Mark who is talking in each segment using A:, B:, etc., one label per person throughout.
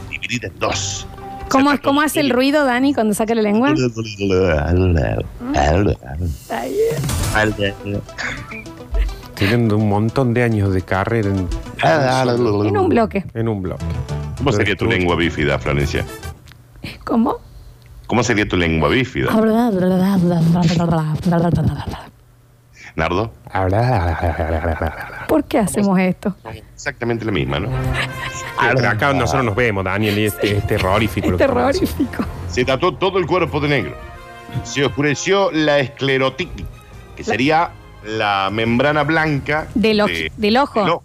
A: dividida en dos.
B: ¿Cómo,
A: Se trata
B: ¿Cómo
A: de
B: hace el
A: un-
B: ruido, Dani, cuando saca la lengua? Ay, eh.
C: Tienen un montón de años de carrera en,
B: En un bloque.
C: en un bloque.
A: ¿Cómo sería tu lengua bífida, Florencia?
B: ¿Cómo?
A: ¿Cómo sería tu lengua bífida, Nardo?
B: ¿Por qué hacemos esto?
A: Exactamente la misma, ¿no?
C: Pero acá nosotros nos vemos, Daniel, y este, es terrorífico.
B: Es
C: lo que estamos haciendo.
B: terrorífico.
A: Se tatuó todo el cuerpo de negro. Se oscureció la esclerotitis, que sería la membrana blanca
B: Del ojo- del ojo.
A: del ojo.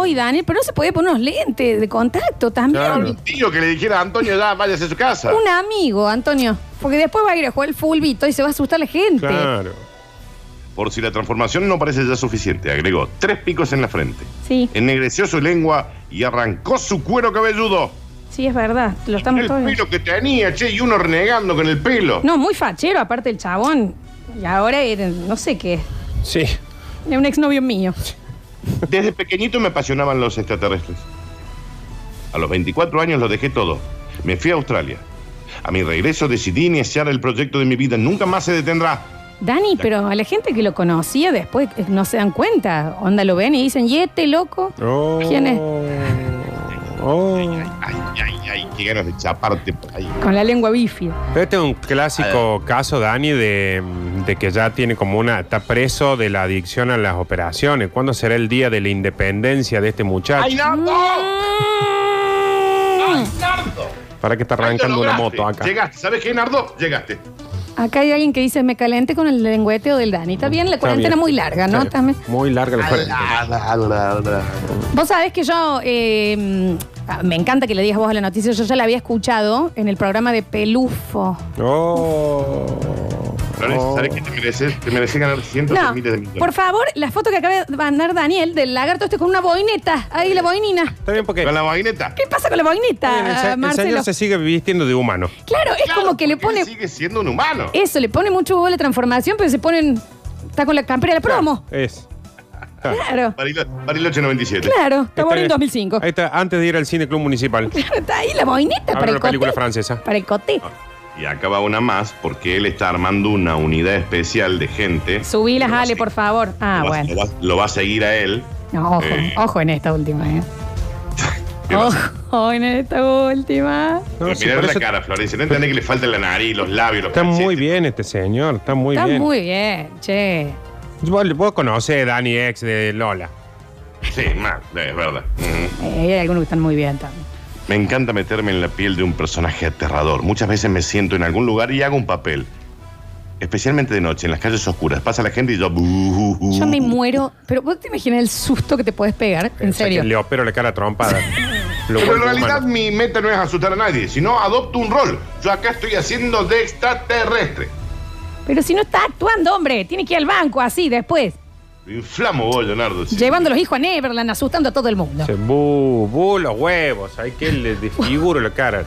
B: Uy, Daniel, pero no se puede poner unos lentes de contacto también.
C: Claro.
A: Tío, que le dijera a Antonio, ya váyase a su casa.
B: Un amigo, Antonio. Porque después va a ir a jugar el fulbito y se va a asustar la gente.
C: Claro.
A: Por si la transformación no parece ya suficiente, agregó tres picos en la frente.
B: Sí,
A: Ennegreció su lengua y arrancó su cuero cabelludo.
B: sí, es verdad. Lo estamos
A: el
B: todos.
A: pelo que tenía, che, y uno renegando con el pelo.
B: No, muy fachero, aparte el chabón. Y ahora era- no sé qué.
C: Sí.
B: Era un exnovio mío.
A: Desde pequeñito me apasionaban los extraterrestres. A los 24 años lo dejé todo. Me fui a Australia. A mi regreso decidí iniciar el proyecto de mi vida. Nunca más se detendrá.
B: Dani, pero a la gente que lo conocía después eh, no se dan cuenta. Onda, lo ven y dicen, ¿y este loco?
C: Oh.
B: ¿Quién es?
C: Oh.
A: Ay, ay, ay, qué ganas de chaparte por ahí.
B: Con la lengua bífida.
C: Este es un clásico caso, Dani, de, de que ya tiene como una. Está preso de la adicción a las operaciones. ¿Cuándo será el día de la independencia de este muchacho?
A: ¡Ay, Nardo!
B: Mm.
A: ¡Ay, Nardo!
C: Para que está
A: Ay,
C: arrancando
A: lo
C: una
A: lograste.
C: moto acá.
A: Llegaste. ¿Sabes qué, Nardo? Llegaste.
B: Acá hay alguien que dice, me calenté con el lengüeteo del Dani. Está bien, la
C: Está
B: cuarentena
C: bien.
B: muy larga, ¿no?
C: Está bien.
B: También.
C: Muy larga la cuarentena.
B: Vos sabés que yo, eh, mm, ah, me encanta que le digas vos a la noticia, yo ya la había escuchado en el programa de Pelufo.
C: Oh.
A: Flores,
C: Oh.
A: ¿sabes qué te mereces? Te mereces ganar cientos de
B: No,
A: miles de millones.
B: por favor, la foto que acaba de mandar Daniel del lagarto este con una boineta. Ahí la boinina.
C: Está bien porque.
A: ¿Con la vaineta?
B: ¿Qué pasa con la
C: está bien, el se-
B: boineta,
C: el,
B: Marcelo?
C: señor se sigue vistiendo de humano.
B: Claro, es como que le
A: porque él
B: pone... Eh.
A: sigue siendo un humano.
B: Eso, le pone mucho huevo a la transformación, pero se ponen... Está con la campera de la promo.
C: Es.
B: Claro,
A: Barilo- Bariloche 97.
B: claro. Está bueno en
C: bien.
B: 2005.
C: Ahí está, antes de ir al cine club municipal.
B: Está ahí la boineta
A: Ah,
C: Ahora
B: para el
C: una película
B: coté.
C: francesa.
B: Para el coté.
A: Y acá va una más porque él está armando una unidad especial de gente.
B: Subilas,
A: Lo va a
B: Ale,
A: seguir-
B: por favor. Ah,
A: lo va-
B: bueno. Oh.
A: Lo va, lo va a seguir a él.
B: No, ojo,
A: Eh.
B: ojo en esta última, ¿eh?
A: ¿Qué va a hacer?
B: Ojo en esta última.
C: No,
A: Pero
C: sí,
A: mirá
C: por
A: la
C: eso-
A: cara, Florencia. No entendés que le falta la nariz, los labios, los
C: Está
A: cachetes.
C: muy bien este señor, está muy
B: Está
C: bien.
B: muy bien, che. Eh,
C: Vos, vos conocés a Dani Ex de Lola.
A: Sí, más, es verdad. Ujú.
B: Eh, hay algunos que están muy bien también.
A: Me encanta meterme en la piel de un personaje aterrador. Muchas veces me siento en algún lugar y hago un papel. Especialmente de noche, en las calles oscuras. Pasa la gente y yo.
B: Yo me muero, pero vos te imaginas el susto que te puedes pegar, en
C: O sea,
B: serio.
C: que le opero la cara trompada.
A: Pero
C: Lo
A: en
C: vuelvo
A: realidad
C: humano.
A: mi meta no es asustar a nadie, sino adopto un rol. Yo acá estoy haciendo de extraterrestre.
B: Pero si no está actuando, hombre, tiene que ir al banco así después,
A: Lo Inflamo vos, Leonardo. sí.
B: llevando a los hijos a Neverland, asustando a todo el mundo.
C: Dice, bu, bu, los huevos. Hay que le desfiguro la cara.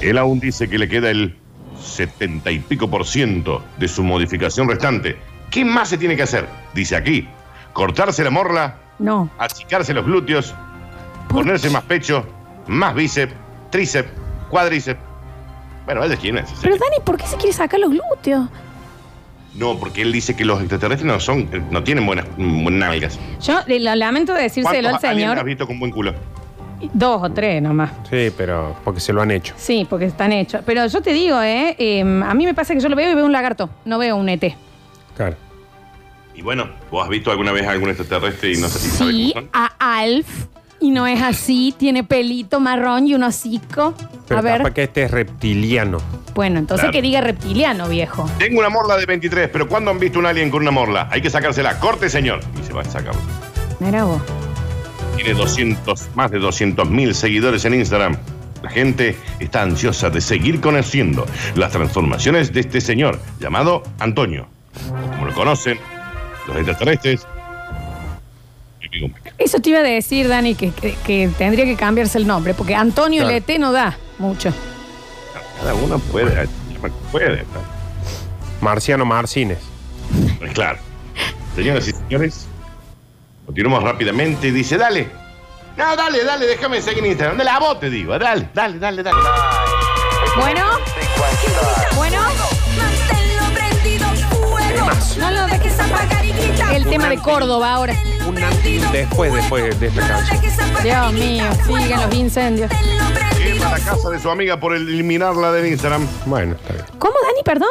A: Él aún dice que le queda el 70 y pico por ciento de su modificación restante. ¿Qué más se tiene que hacer? Dice aquí. Cortarse la morla,
B: No.
A: achicarse los glúteos,
B: ¿Por
A: ponerse más pecho, más bíceps, tríceps, cuádriceps. Bueno, vaya quién es. ese
B: Pero
A: señor.
B: Dani, ¿por qué se quiere sacar los glúteos?
A: No, porque él dice que los extraterrestres no son, no tienen buenas, mm, buenas nalgas.
B: Yo le- lo lamento decírselo al
A: ¿Cuántos aliens
B: señor.
A: has visto con buen culo?
B: Dos o tres nomás.
C: Sí, pero porque se lo han hecho.
B: Sí, porque están hechos. Pero yo te digo, ¿eh? Em, a mí me pasa que yo lo veo y veo un lagarto, no veo un E ET.
C: Claro.
A: Y bueno, ¿vos has visto alguna vez algún extraterrestre y no sé si sabes
B: Sí,
A: cómo son?
B: a Alf. Y no es así, tiene pelito marrón y un hocico.
C: Pero
B: a ver.
C: capaz que este es reptiliano.
B: Bueno, entonces
A: Claro.
B: que diga reptiliano, viejo.
A: Tengo una morla de 23, pero ¿cuándo han visto un alien con una morla? Hay que sacársela. Corte, señor. Y se va a sacar.
B: Mira vos.
A: Tiene 200, más de 200.000 seguidores en Instagram. La gente está ansiosa de seguir conociendo las transformaciones de este señor llamado Antonio. Como lo conocen los extraterrestres. mi amigo Mac.
B: Eso te iba a decir, Dani, que, que- que tendría que cambiarse el nombre, porque Antonio
C: Claro.
B: Lete no da mucho.
A: Cada uno puede. Puede.
C: Marciano Marcines.
A: Pues claro. Señoras y señores, continuamos rápidamente. Dice, dale. No, dale, dale, déjame seguir en Instagram. Dale, a vos te digo. Dale, dale, dale, dale.
B: Bueno, bueno,
D: Manténlo prendido fuego. No lo dejes apagar y grita.
B: el tema de Córdoba ahora.
C: Un antes y después, después de esta
D: No lo
C: canción.
D: dejes apagar
B: Dios
D: y
B: mío,
D: grita fuego.
B: siguen los incendios.
D: Manténlo prendido
A: Quema la casa de su amiga por eliminarla de Instagram.
C: Bueno, está bien.
B: ¿Cómo, Dani, perdón?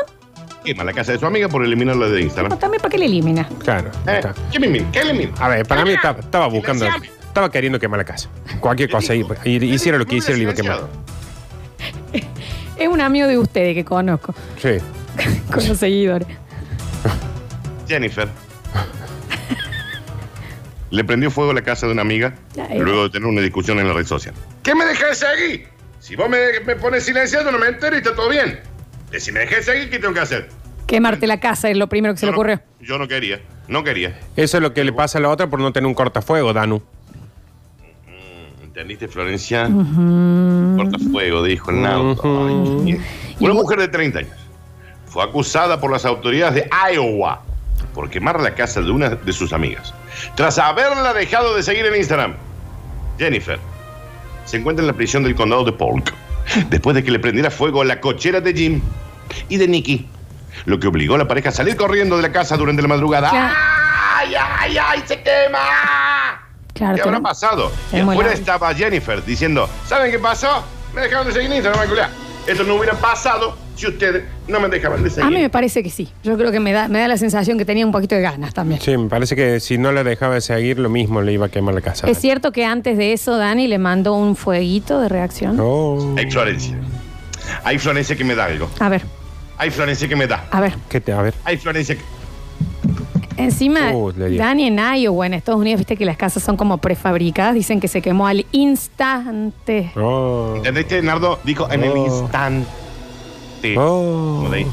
A: Quema la casa de su amiga por eliminarla de Instagram.
B: Contame para qué le elimina.
C: Claro.
A: Eh,
C: está.
A: ¿Qué elimina? ¿Qué elimina?
C: A ver, para mí estaba, estaba buscando.
A: Silenciame.
C: Estaba queriendo quemar la casa. Cualquier cosa. y- y-
A: Le
C: hiciera
A: digo,
C: lo que
A: ¿cómo
C: hiciera, le iba a
A: eres
C: quemar.
A: silenciado?
B: Es un amigo de ustedes que conozco,
C: Sí.
B: con los seguidores.
A: Jennifer. Le prendió fuego la casa de una amiga
B: Ay.
A: luego de tener una discusión en la red social. ¿Qué me dejás de seguir? Si vos me, me pones silenciado, no me entero y está todo bien. Eh, Si me dejás de seguir, ¿qué tengo que hacer?
B: Quemarte la casa es lo primero que se le
A: Yo no-
B: ocurrió.
A: yo no quería, no quería.
C: Eso es lo que le pasa a la otra por no tener un cortafuego, Danu.
A: ¿Entendiste, Florencia? Corta fuego, dijo el náufrago. Ay, bien. Una mujer de 30 años fue acusada por las autoridades de Iowa por quemar la casa de una de sus amigas. Tras haberla dejado de seguir en Instagram, Jennifer se encuentra en la prisión del condado de Polk después de que le prendiera fuego la cochera de Jim y de Nikki, lo que obligó a la pareja a salir corriendo de la casa durante la madrugada.
B: Claro.
A: ¡Ay, ay, ay! ¡Se quema!
B: Claro,
A: ¿Qué
B: te-
A: habrá pasado?
B: Te
A: y afuera
B: mola.
A: estaba Jennifer diciendo, ¿saben qué pasó? Me dejaron de seguir en Instagram, Michael. Esto no hubiera pasado si ustedes no me dejaban de seguir.
B: A mí me parece que sí. Yo creo que me da, me da la sensación que tenía un poquito de ganas también.
C: Sí, me parece que si no la dejaba de seguir, lo mismo le iba a quemar la casa.
B: Es cierto que antes de eso Dani le mandó un fueguito de reacción.
C: Oh,
A: Hay Florencia. Hay Florencia que me da algo.
B: A ver,
A: Hay Florencia que me da.
B: a ver.
C: ¿qué te, a ver.
A: Hay Florencia que...
B: Encima,
C: Uh, le dio.
B: Dani en Iowa, en Estados Unidos, viste que las casas son como prefabricadas. Dicen que se quemó al instante.
C: Oh,
A: ¿Entendiste, Nardo? Dijo en el
C: Oh.
A: instante.
C: oh.
A: Como de ahí.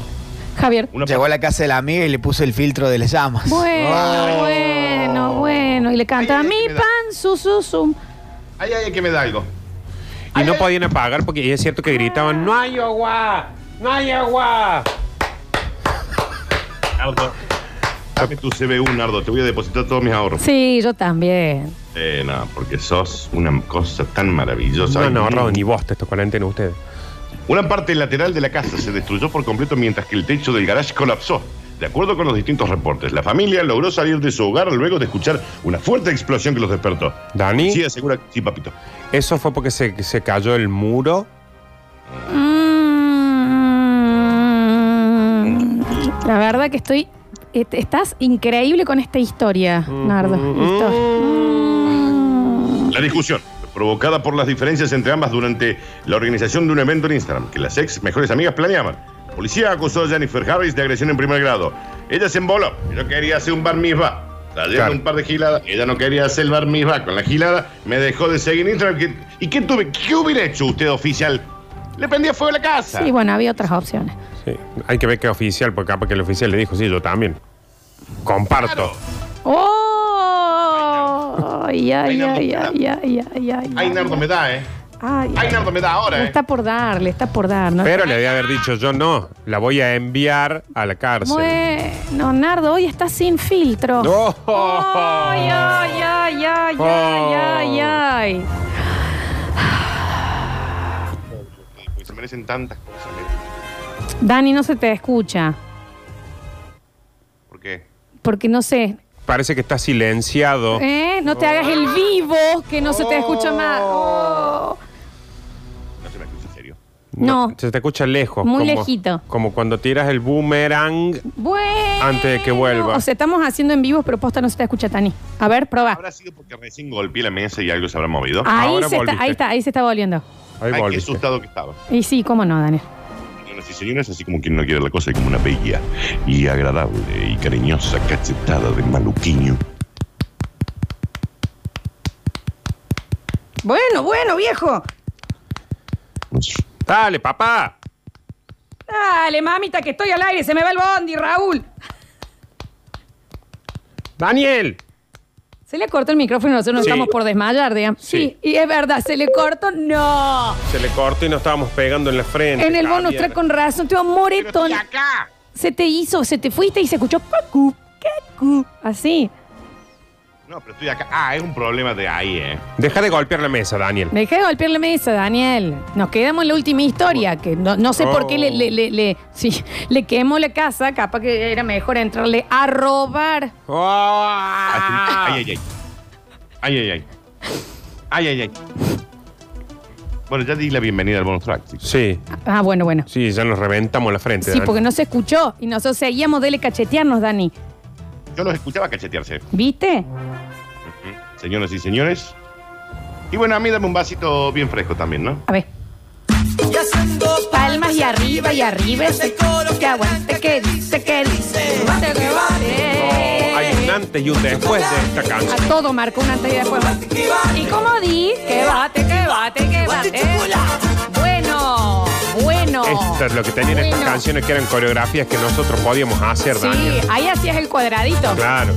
B: Javier.
A: Una
E: Llegó a la casa de la amiga y le puso el filtro de las llamas.
B: Bueno, bueno, bueno. Y le canta a
A: Ay, ay,
B: mi
A: que me da.
B: pan, su, su, su.
A: Ay, ay, ay, que me da algo.
C: Oh. Y no podían apagar porque es cierto que gritaban, no hay agua, no hay agua.
A: Nardo. Dame tu CBU, Nardo. Te voy a depositar todos mis ahorros.
B: Sí, yo también.
A: Eh, no, porque sos una cosa tan maravillosa.
C: No
A: Ay,
C: han ahorrado
A: mm.
C: ni bosta estos cuarentena ustedes.
A: Una parte lateral de la casa se destruyó por completo mientras que el techo del garage colapsó. De acuerdo con los distintos reportes, la familia logró salir de su hogar luego de escuchar una fuerte explosión que los despertó.
C: Dani,
A: Sí, asegura. Sí, papito.
C: eso fue porque se, se cayó el muro.
B: Mm, la verdad que estoy. et- Estás increíble con esta historia, Nardo. Listo.
A: Mm.
B: Mm.
A: La discusión, provocada por las diferencias entre ambas durante la organización de un evento en Instagram, que las ex mejores amigas planeaban. La policía acusó a Jennifer Harris de agresión en primer grado. Ella se emboló. Yo quería hacer un bar misma. Trayendo
C: Claro.
A: un par de giladas. Ella no quería hacer el bar misma. Con la gilada me dejó de seguir en Instagram. ¿Qué- ¿Y qué, tuve, qué hubiera hecho usted, oficial? Le prendía fuego a la casa.
B: Sí, bueno, había otras opciones.
C: Sí, Hay que ver qué oficial, porque capaz que el oficial le dijo, sí, yo también. Comparto.
B: ¡Oh! Ay, ay,
A: Nardo,
B: ay,
A: espera.
B: ay, ay, ay, ay.
A: Ay, Nardo me da, ¿eh?
B: Ay,
A: Ay, Nardo me da ahora, ¿eh?
B: Está por darle, está por dar, ¿no?
C: Pero le debía haber dicho, yo no, la voy a enviar a la
A: pues,
C: cárcel.
B: Bueno, Nardo, hoy está sin filtro.
C: No. Oh.
B: Ay, ay, ay, ay,
A: Oh.
B: ay, ay, ay.
A: Se merecen tantas cosas. ¿eh? mira.
B: Dani, no se te escucha.
A: ¿Por qué?
B: Porque no sé,
C: parece que está silenciado.
B: ¿Eh? No te hagas el vivo, que no se te escucha más. Oh.
A: No se me escucha en serio.
B: No.
C: Se te escucha lejos.
B: Muy lejito.
C: Como cuando tiras el boomerang.
B: Bueno.
C: Antes de que vuelva.
B: O sea, estamos haciendo en vivo, pero posta no se te escucha, Tani. A ver, prueba.
A: ¿Habrá sido porque recién golpeé la mesa y algo se habrá movido?
B: Ahí,
C: ahora
B: se está,
C: volviste.
B: ahí está, ahí se está volviendo.
C: Ahí
A: Ay, qué
C: volviste.
A: asustado que estaba.
B: Y sí, cómo no, Daniel.
A: Señoras y señores, así como quien no quiere la cosa, y como una bella y agradable y cariñosa cachetada de maluquiño.
D: Bueno, bueno, viejo.
C: Dale, papá.
D: Dale, mamita, que estoy al aire. Se me va el bondi, Raúl.
C: Daniel.
B: Se le cortó el micrófono y nosotros nos
C: Sí.
B: estamos por desmayar, digamos. Sí.
C: Sí.
B: y es verdad, se le cortó. No.
C: Se le cortó y nos estábamos pegando en la frente.
B: En el bonus
C: Javier.
B: track con razón, te va moretón.
A: acá!
B: Se te hizo, se te fuiste y se escuchó cacu, cacu. Así.
A: No, pero estoy acá. Ah, es un problema de ahí, ¿eh?
C: Deja de golpear la mesa, Daniel.
B: Dejé de golpear la mesa, Daniel. Nos quedamos en la última historia, que no, no sé por qué le, le, le, le- sí, le quemó la casa. Capaz que era mejor entrarle a robar.
C: Ah.
A: Ay, ay, ay. Ay, ay, ay. Ay, ay, ay. Bueno, ya di la bienvenida al bonus track. chicos.
C: Sí,
B: Ah, bueno, bueno.
C: sí, ya nos reventamos la frente.
B: Sí,
C: Daniel.
B: porque no se escuchó y nosotros seguíamos dele cachetearnos, Dani.
A: Yo los escuchaba cachetearse.
B: ¿Viste?
A: Señoras y señores. Y bueno, a mí dame un vasito bien fresco también, ¿no?
B: A ver. Palmas y arriba y arriba ese coro que aguante, que dice, que dice. Bate, que bate.
C: Oh, hay un antes y un después de esta
B: A
C: canción.
B: todo marcó un antes y después. Y como di, que bate, que bate, que bate. Bueno, bueno.
C: Esto es lo que tenían estas
B: Bueno.
C: canciones que eran coreografías que nosotros podíamos hacer,
B: Sí,
C: Daniel.
B: ahí hacías el cuadradito.
C: Claro.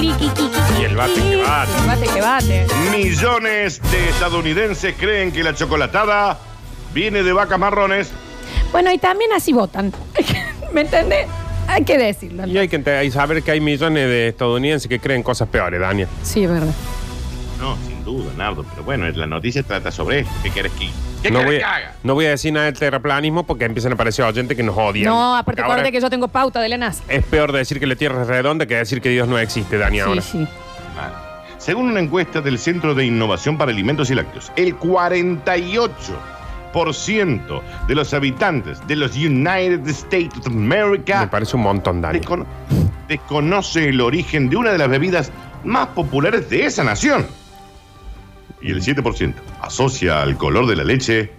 C: Y el bate que bate.
B: El bate que bate.
A: Millones de estadounidenses creen que la chocolatada viene de vacas marrones.
B: Bueno, y también así votan. ¿Me entendés? Hay que decirlo.
C: Y hay que ente- hay saber que hay millones de estadounidenses que creen cosas peores, Daniel.
B: Sí, es verdad.
A: No, sin duda, Nardo. Pero bueno, la noticia trata sobre esto. ¿Qué quieres que, ¿Qué
C: No
A: querés
C: voy,
A: que
C: a,
A: haga?
C: no voy a decir nada del terraplanismo porque empiezan a aparecer oyentes que nos odian.
B: No, aparte
C: Porque ahora
B: acuérdate que yo tengo pauta de la NASA.
C: Es peor decir que la Tierra es redonda que decir que Dios no existe, Dani,
B: Sí,
C: ahora.
B: sí.
A: Ah. Según una encuesta del Centro de Innovación para Alimentos y Lácteos, el 48% de los habitantes de los United States of
C: Me
A: America
C: parece un montón, Dani.
A: descono- desconoce el origen de una de las bebidas más populares de esa nación. Y el 7% asocia el color de la leche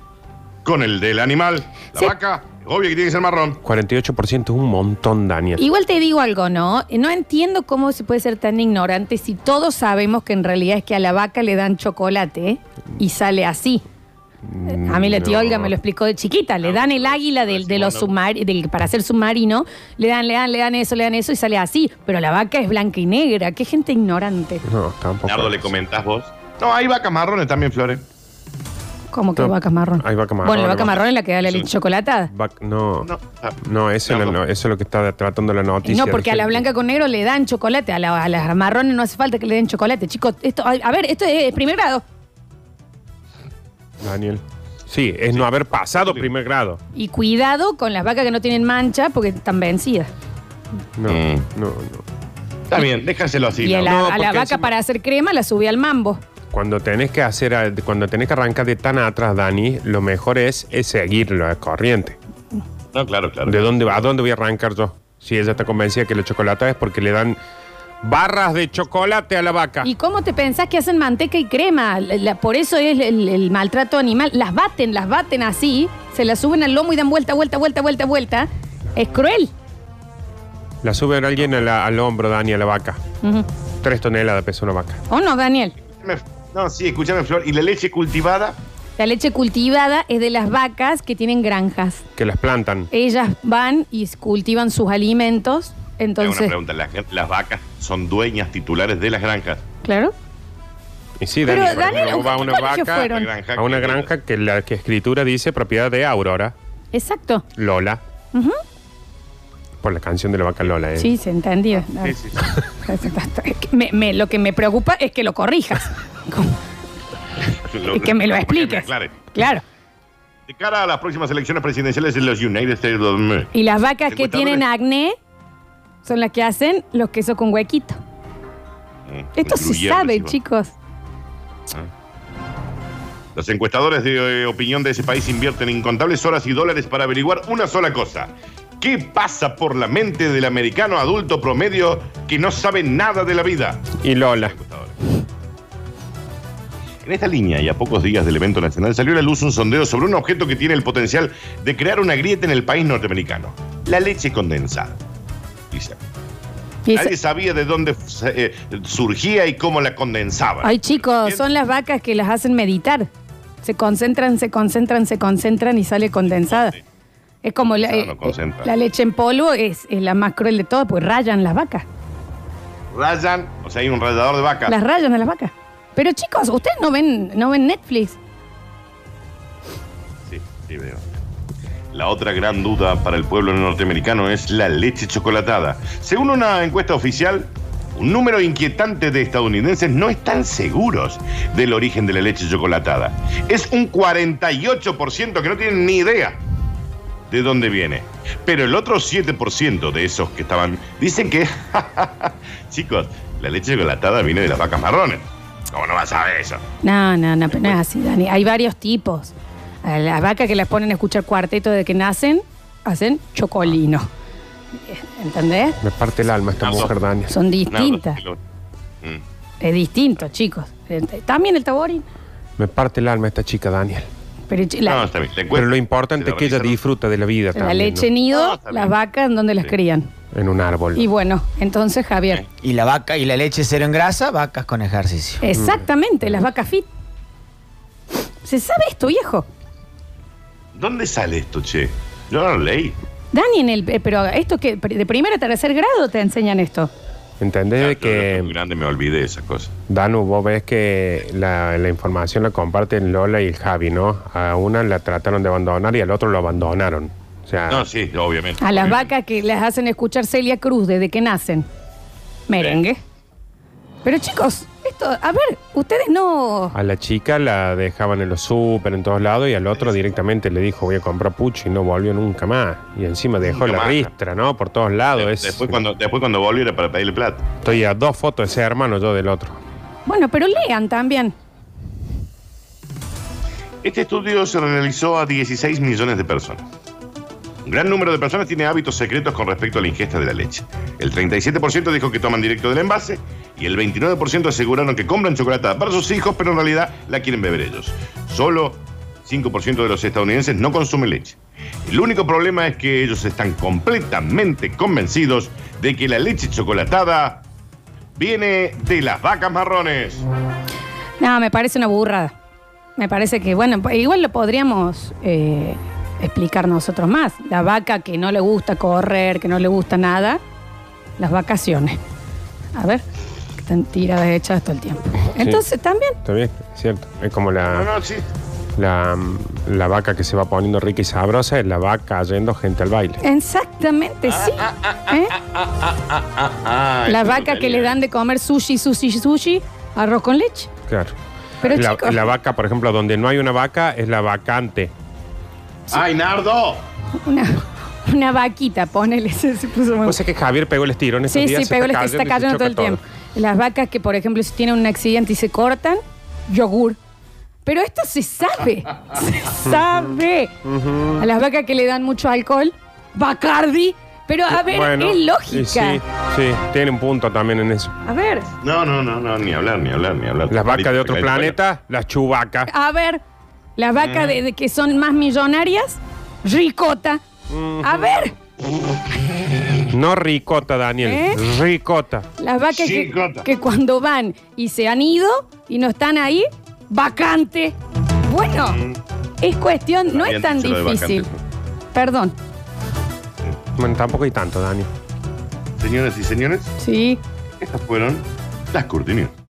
A: con el del animal. La
B: Sí.
A: vaca, obvio que tiene que ser marrón.
C: 48% es un montón, Daniel.
B: Igual te digo algo, ¿no? No entiendo cómo se puede ser tan ignorante si todos sabemos que en realidad es que a la vaca le dan chocolate ¿eh? y sale así. A mí la tía
C: No.
B: Olga me lo explicó de chiquita.
C: Ah,
B: Le dan
C: pues,
B: el águila del, de los submar- del, para ser submarino. Le dan, le dan, le dan eso, le dan eso y sale así. Pero la vaca es blanca y negra. Qué gente ignorante.
C: No, tampoco.
A: Nardo, le comentás vos. No, hay vacas marrones también, Flores.
B: ¿Cómo que
C: No.
B: vaca marrón?
C: Hay vaca marrón,
B: Bueno, la
C: hay
B: vaca
C: vaca-
B: marrón es la que da la leche chocolatada.
C: Va- no.
A: No,
C: No,
A: ah,
C: eso, es lo-
A: Nardo.
C: eso es lo que está tratando la
B: Y
C: noticia.
B: no, porque a la blanca con negro le dan chocolate. A, la- a las marrones no hace falta que le den chocolate. Chicos, esto, a, a ver, esto es primer grado.
C: Daniel. Sí, es no haber pasado primer grado.
B: Y cuidado con las vacas que no tienen mancha porque están vencidas.
C: No,
A: Mm.
C: no, no.
A: Está bien, déjaselo así.
B: y a la,
A: Nardo.
C: no,
B: a la
C: porque
B: vaca
C: encima-
B: para hacer crema la subí al mambo.
C: Cuando tenés que hacer, a- cuando tenés que arrancar de tan atrás, Dani, lo mejor es, es seguir la corriente.
A: No, claro, claro.
C: ¿De dónde, ¿A dónde voy a arrancar yo? Si ella está convencida que la chocolate es porque le dan barras de chocolate a la vaca.
B: ¿Y cómo te pensás que hacen manteca y crema? La- la- por eso es el, el maltrato animal. Las baten, las baten así, se las suben al lomo y dan vuelta, vuelta, vuelta, vuelta, vuelta. Es cruel.
C: La sube alguien a la- al hombro, Dani, a la vaca.
B: Ujú.
C: Tres toneladas pesa una vaca.
B: ¿O no, Daniel?
A: Me- No, sí, escúchame, Flor. ¿Y la leche cultivada?
B: La leche cultivada es de las vacas que tienen granjas.
C: Que las plantan.
B: Ellas van y cultivan sus alimentos.
A: Te hago una
B: Entonces,
A: pregunta. ¿Las, las vacas son dueñas titulares de las granjas.
B: claro.
C: Y sí,
B: Pero,
C: Dani, por
B: Daniel,
C: ejemplo, va a una
B: ¿cuáles
C: vaca,
B: fueron?
C: a una granja que la que escritura dice propiedad de Aurora,
B: Exacto.
C: Lola. Por la canción de la vaca Lola, ¿eh?
B: Sí, se entendió.
A: Sí, sí, sí.
B: Es que me- me- lo que me preocupa es que lo corrijas. Como-
A: Lo-
B: que me lo
A: para
B: expliques.
A: me aclare.
B: Claro.
A: De cara a las próximas elecciones presidenciales de los United States of America.
B: Y las vacas que
A: 50
B: tienen
A: dólares.
B: acné son las que hacen los quesos con huequito.
A: mm,
B: Esto se
A: Gruyere,
B: sabe,
A: ¿no?
B: chicos.
A: Los encuestadores de eh, opinión de ese país invierten incontables horas y dólares para averiguar una sola cosa. ¿Qué pasa por la mente del americano adulto promedio que no sabe nada de la vida?
C: Y Lola.
A: En esta línea y a pocos días del evento nacional salió a la luz un sondeo sobre un objeto que tiene el potencial de crear una grieta en el país norteamericano. La leche condensada. Dice.
B: Y
A: Nadie
B: dice,
A: sabía de dónde eh, surgía y cómo la condensaban.
B: Ay, chicos,
A: Bien.
B: son las vacas que las hacen meditar. Se concentran, se concentran, se concentran y sale condensada. Es como la,
A: Condensada,
B: eh,
A: no concentra.
B: la leche en polvo, es, es la más cruel de todas, pues rayan las vacas.
A: Rayan, o sea, hay un rallador de vacas.
B: Las rayan a las vacas. Pero chicos, ustedes no ven, no ven Netflix.
A: Sí, sí veo. La otra gran duda para el pueblo norteamericano es la leche chocolatada. Según una encuesta oficial, un número inquietante de estadounidenses no están seguros del origen de la leche chocolatada. Es un 48% que no tienen ni idea de dónde viene. Pero el otro 7% de esos que estaban dicen que, chicos, la leche chocolatada viene de las vacas marrones. ¿Cómo no vas a saber eso?
B: No, no, no, pero no es así, Dani. Hay varios tipos. A las vacas que las ponen a escuchar cuarteto desde que nacen, hacen chocolino. ¿Entendés?
C: Me parte el alma esta
A: Nardo.
C: mujer, Dani.
B: Son
A: Nardo,
B: distintas.
A: lo- Mm.
B: Es distinto, chicos. Ent- También el taborín.
C: Me parte el alma esta chica, Daniel.
B: Pero chi- la,
A: No, está bien. La encuesta-
C: Pero lo importante es que ella disfruta de la vida
B: la
C: también.
B: leche
C: ¿no?
B: nido,
A: No, está
B: las
A: bien.
B: vacas, ¿en dónde las
A: Sí.
B: crían?
C: en un árbol.
B: Y bueno, entonces, Javier.
E: Y la vaca y la leche cero en grasa, vacas con ejercicio.
B: Exactamente, las vacas fit. ¿Se sabe esto, viejo?
A: ¿Dónde sale esto, che? Yo no lo leí.
B: Dani, en el, eh, pero esto que de primer a tercer grado te enseñan esto.
C: ¿Entendés de
A: Ah, Yo era muy
C: que,
A: grande me olvidé de esas cosas.
C: Danu, vos ves que la, la información la comparten Lola y el Javi, ¿no? A una la trataron de abandonar y al otro lo abandonaron. O sea,
A: Ah, No, sí, obviamente.
B: A las
A: Obviamente.
B: vacas que las hacen escuchar Celia Cruz desde que nacen. Merengue. Pero chicos, esto, a ver, ustedes no.
C: a la chica la dejaban en los súper, en todos lados, y al otro directamente le dijo, voy a comprar pucho, y no volvió nunca más. Y encima dejó
A: Nunca
C: la
A: más.
C: ristra, ¿no? Por todos lados.
A: De-
C: es-
A: Después cuando, después cuando volviera para pedirle plata.
C: Estoy a dos fotos de ese hermano, yo del otro.
B: Bueno, pero lean también.
A: Este estudio se realizó a 16 millones de personas. Un gran número de personas tiene hábitos secretos con respecto a la ingesta de la leche. El 37% dijo que toman directo del envase y el 29% aseguraron que compran chocolatada para sus hijos, pero en realidad la quieren beber ellos. Solo 5% de los estadounidenses no consumen leche. El único problema es que ellos están completamente convencidos de que la leche chocolatada viene de las vacas marrones.
B: No, me parece una burrada. Me parece que, bueno, pues, igual lo podríamos eh, explicar nosotros más. La vaca que no le gusta correr, que no le gusta nada, las vacaciones. A ver, que están tiradas hechas todo el tiempo. Entonces, también.
C: ¿Está bien? ¿Es cierto? Es como la...
A: No, no, sí.
C: la, la vaca que se va poniendo rica y sabrosa es la vaca yendo gente al baile.
B: Exactamente, sí. ¿Eh? La vaca que le dan de comer sushi, sushi, sushi, arroz con leche.
C: Claro.
B: Pero
C: la,
B: chicos,
C: la vaca, por ejemplo, donde no hay una vaca es la vacante.
A: ¡Ay, Nardo!
B: una, una vaquita, ponele, se, se puso muy
C: O sea que Javier pegó el estirón estos
B: Sí,
C: días,
B: sí,
C: se
B: pero les- está
C: y se
B: cayendo todo el
C: choca
B: tiempo. Las vacas que, por ejemplo, si tienen un accidente y se cortan, yogur. Pero esto se sabe, se sabe. A las vacas que le dan mucho alcohol, Bacardi. Pero a ver,
C: Bueno,
B: es
C: y
B: lógica.
C: Sí, sí, tiene un punto también en eso.
B: A ver,
A: No, no, no, no, ni hablar, ni hablar, ni hablar.
C: Las vacas de otro
A: ¿eh? Bueno,
C: planeta, las chubacas.
B: a ver. Las vacas de, de que son más millonarias, ricota. A ver,
C: No ricota, Daniel,
B: ¿Eh?
C: ricota.
B: las vacas que,
A: Ricota.
B: que cuando van y se han ido y no están ahí, vacante. Bueno, es cuestión, no es
A: habían
B: tan
A: dicho lo de vacante.
B: difícil. Perdón,
C: Bueno, tampoco hay tanto, Daniel.
A: Señoras y señores,
B: sí.
A: estas fueron las cortinas.